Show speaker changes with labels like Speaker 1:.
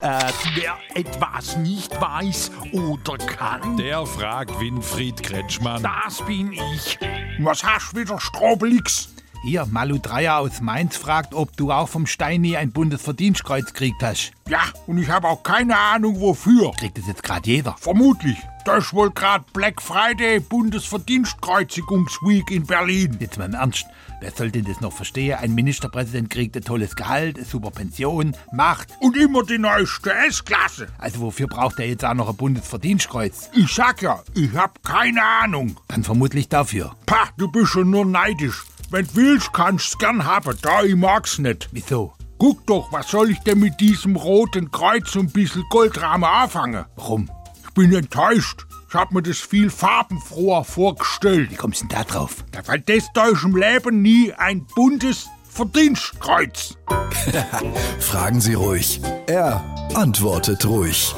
Speaker 1: Äh, wer etwas nicht weiß oder kann,
Speaker 2: Der fragt Winfried Kretschmann.
Speaker 1: das bin ich.
Speaker 3: Was hast du wieder, Strobelix?
Speaker 4: Hier, Malu Dreier aus Mainz fragt, ob du auch vom Steini ein Bundesverdienstkreuz gekriegt hast.
Speaker 3: Ja, und ich habe auch keine Ahnung wofür.
Speaker 4: Kriegt es jetzt gerade jeder.
Speaker 3: Vermutlich. Da ist wohl gerade Black Friday Bundesverdienstkreuzigungsweek in Berlin.
Speaker 4: Jetzt mal im Ernst, wer soll denn das noch verstehen? Ein Ministerpräsident kriegt ein tolles Gehalt, eine super Pension, Macht.
Speaker 3: Und immer die neueste S-Klasse.
Speaker 4: Also wofür braucht er jetzt auch noch ein Bundesverdienstkreuz?
Speaker 3: Ich sag ja, ich hab keine Ahnung.
Speaker 4: Dann vermutlich dafür.
Speaker 3: Pah, du bist schon nur neidisch. Wenn du willst, kannst's gern haben. Da, ich mag's nicht.
Speaker 4: Wieso?
Speaker 3: Guck doch, was soll ich denn mit diesem roten Kreuz und bissel Goldrahmen anfangen?
Speaker 4: Warum?
Speaker 3: Ich bin enttäuscht. Ich hab mir das viel farbenfroher vorgestellt.
Speaker 4: Wie kommst du denn da drauf?
Speaker 3: Da weil das da ist im Leben nie ein buntes Verdienstkreuz.
Speaker 5: Fragen Sie ruhig. Er antwortet ruhig.